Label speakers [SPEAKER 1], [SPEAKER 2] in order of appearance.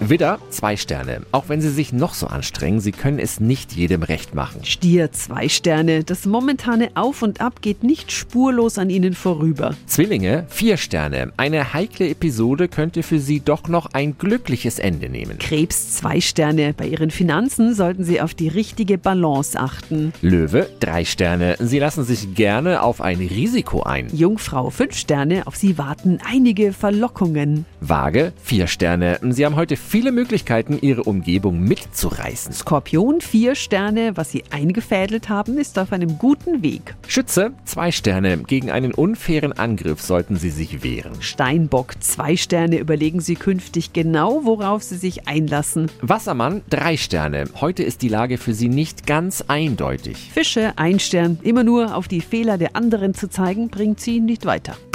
[SPEAKER 1] Widder, zwei Sterne. Auch wenn Sie sich noch so anstrengen, Sie können es nicht jedem recht machen.
[SPEAKER 2] Stier, zwei Sterne. Das momentane Auf und Ab geht nicht spurlos an Ihnen vorüber.
[SPEAKER 1] Zwillinge, vier Sterne. Eine heikle Episode könnte für Sie doch noch ein glückliches Ende nehmen.
[SPEAKER 2] Krebs, zwei Sterne. Bei Ihren Finanzen sollten Sie auf die richtige Balance achten.
[SPEAKER 1] Löwe, drei Sterne. Sie lassen sich gerne auf ein Risiko ein.
[SPEAKER 2] Jungfrau, fünf Sterne. Auf Sie warten einige Verlockungen.
[SPEAKER 1] Waage, vier Sterne. Sie haben heute viele Möglichkeiten, Ihre Umgebung mitzureißen.
[SPEAKER 2] Skorpion, vier Sterne. Was Sie eingefädelt haben, ist auf einem guten Weg.
[SPEAKER 1] Schütze, zwei Sterne. Gegen einen unfairen Angriff sollten Sie sich wehren.
[SPEAKER 2] Steinbock, zwei Sterne. Überlegen Sie künftig genau, worauf Sie sich einlassen.
[SPEAKER 1] Wassermann, drei Sterne. Heute ist die Lage für Sie nicht ganz eindeutig.
[SPEAKER 2] Fische, ein Stern. Immer nur auf die Fehler der anderen zu zeigen, bringt Sie nicht weiter.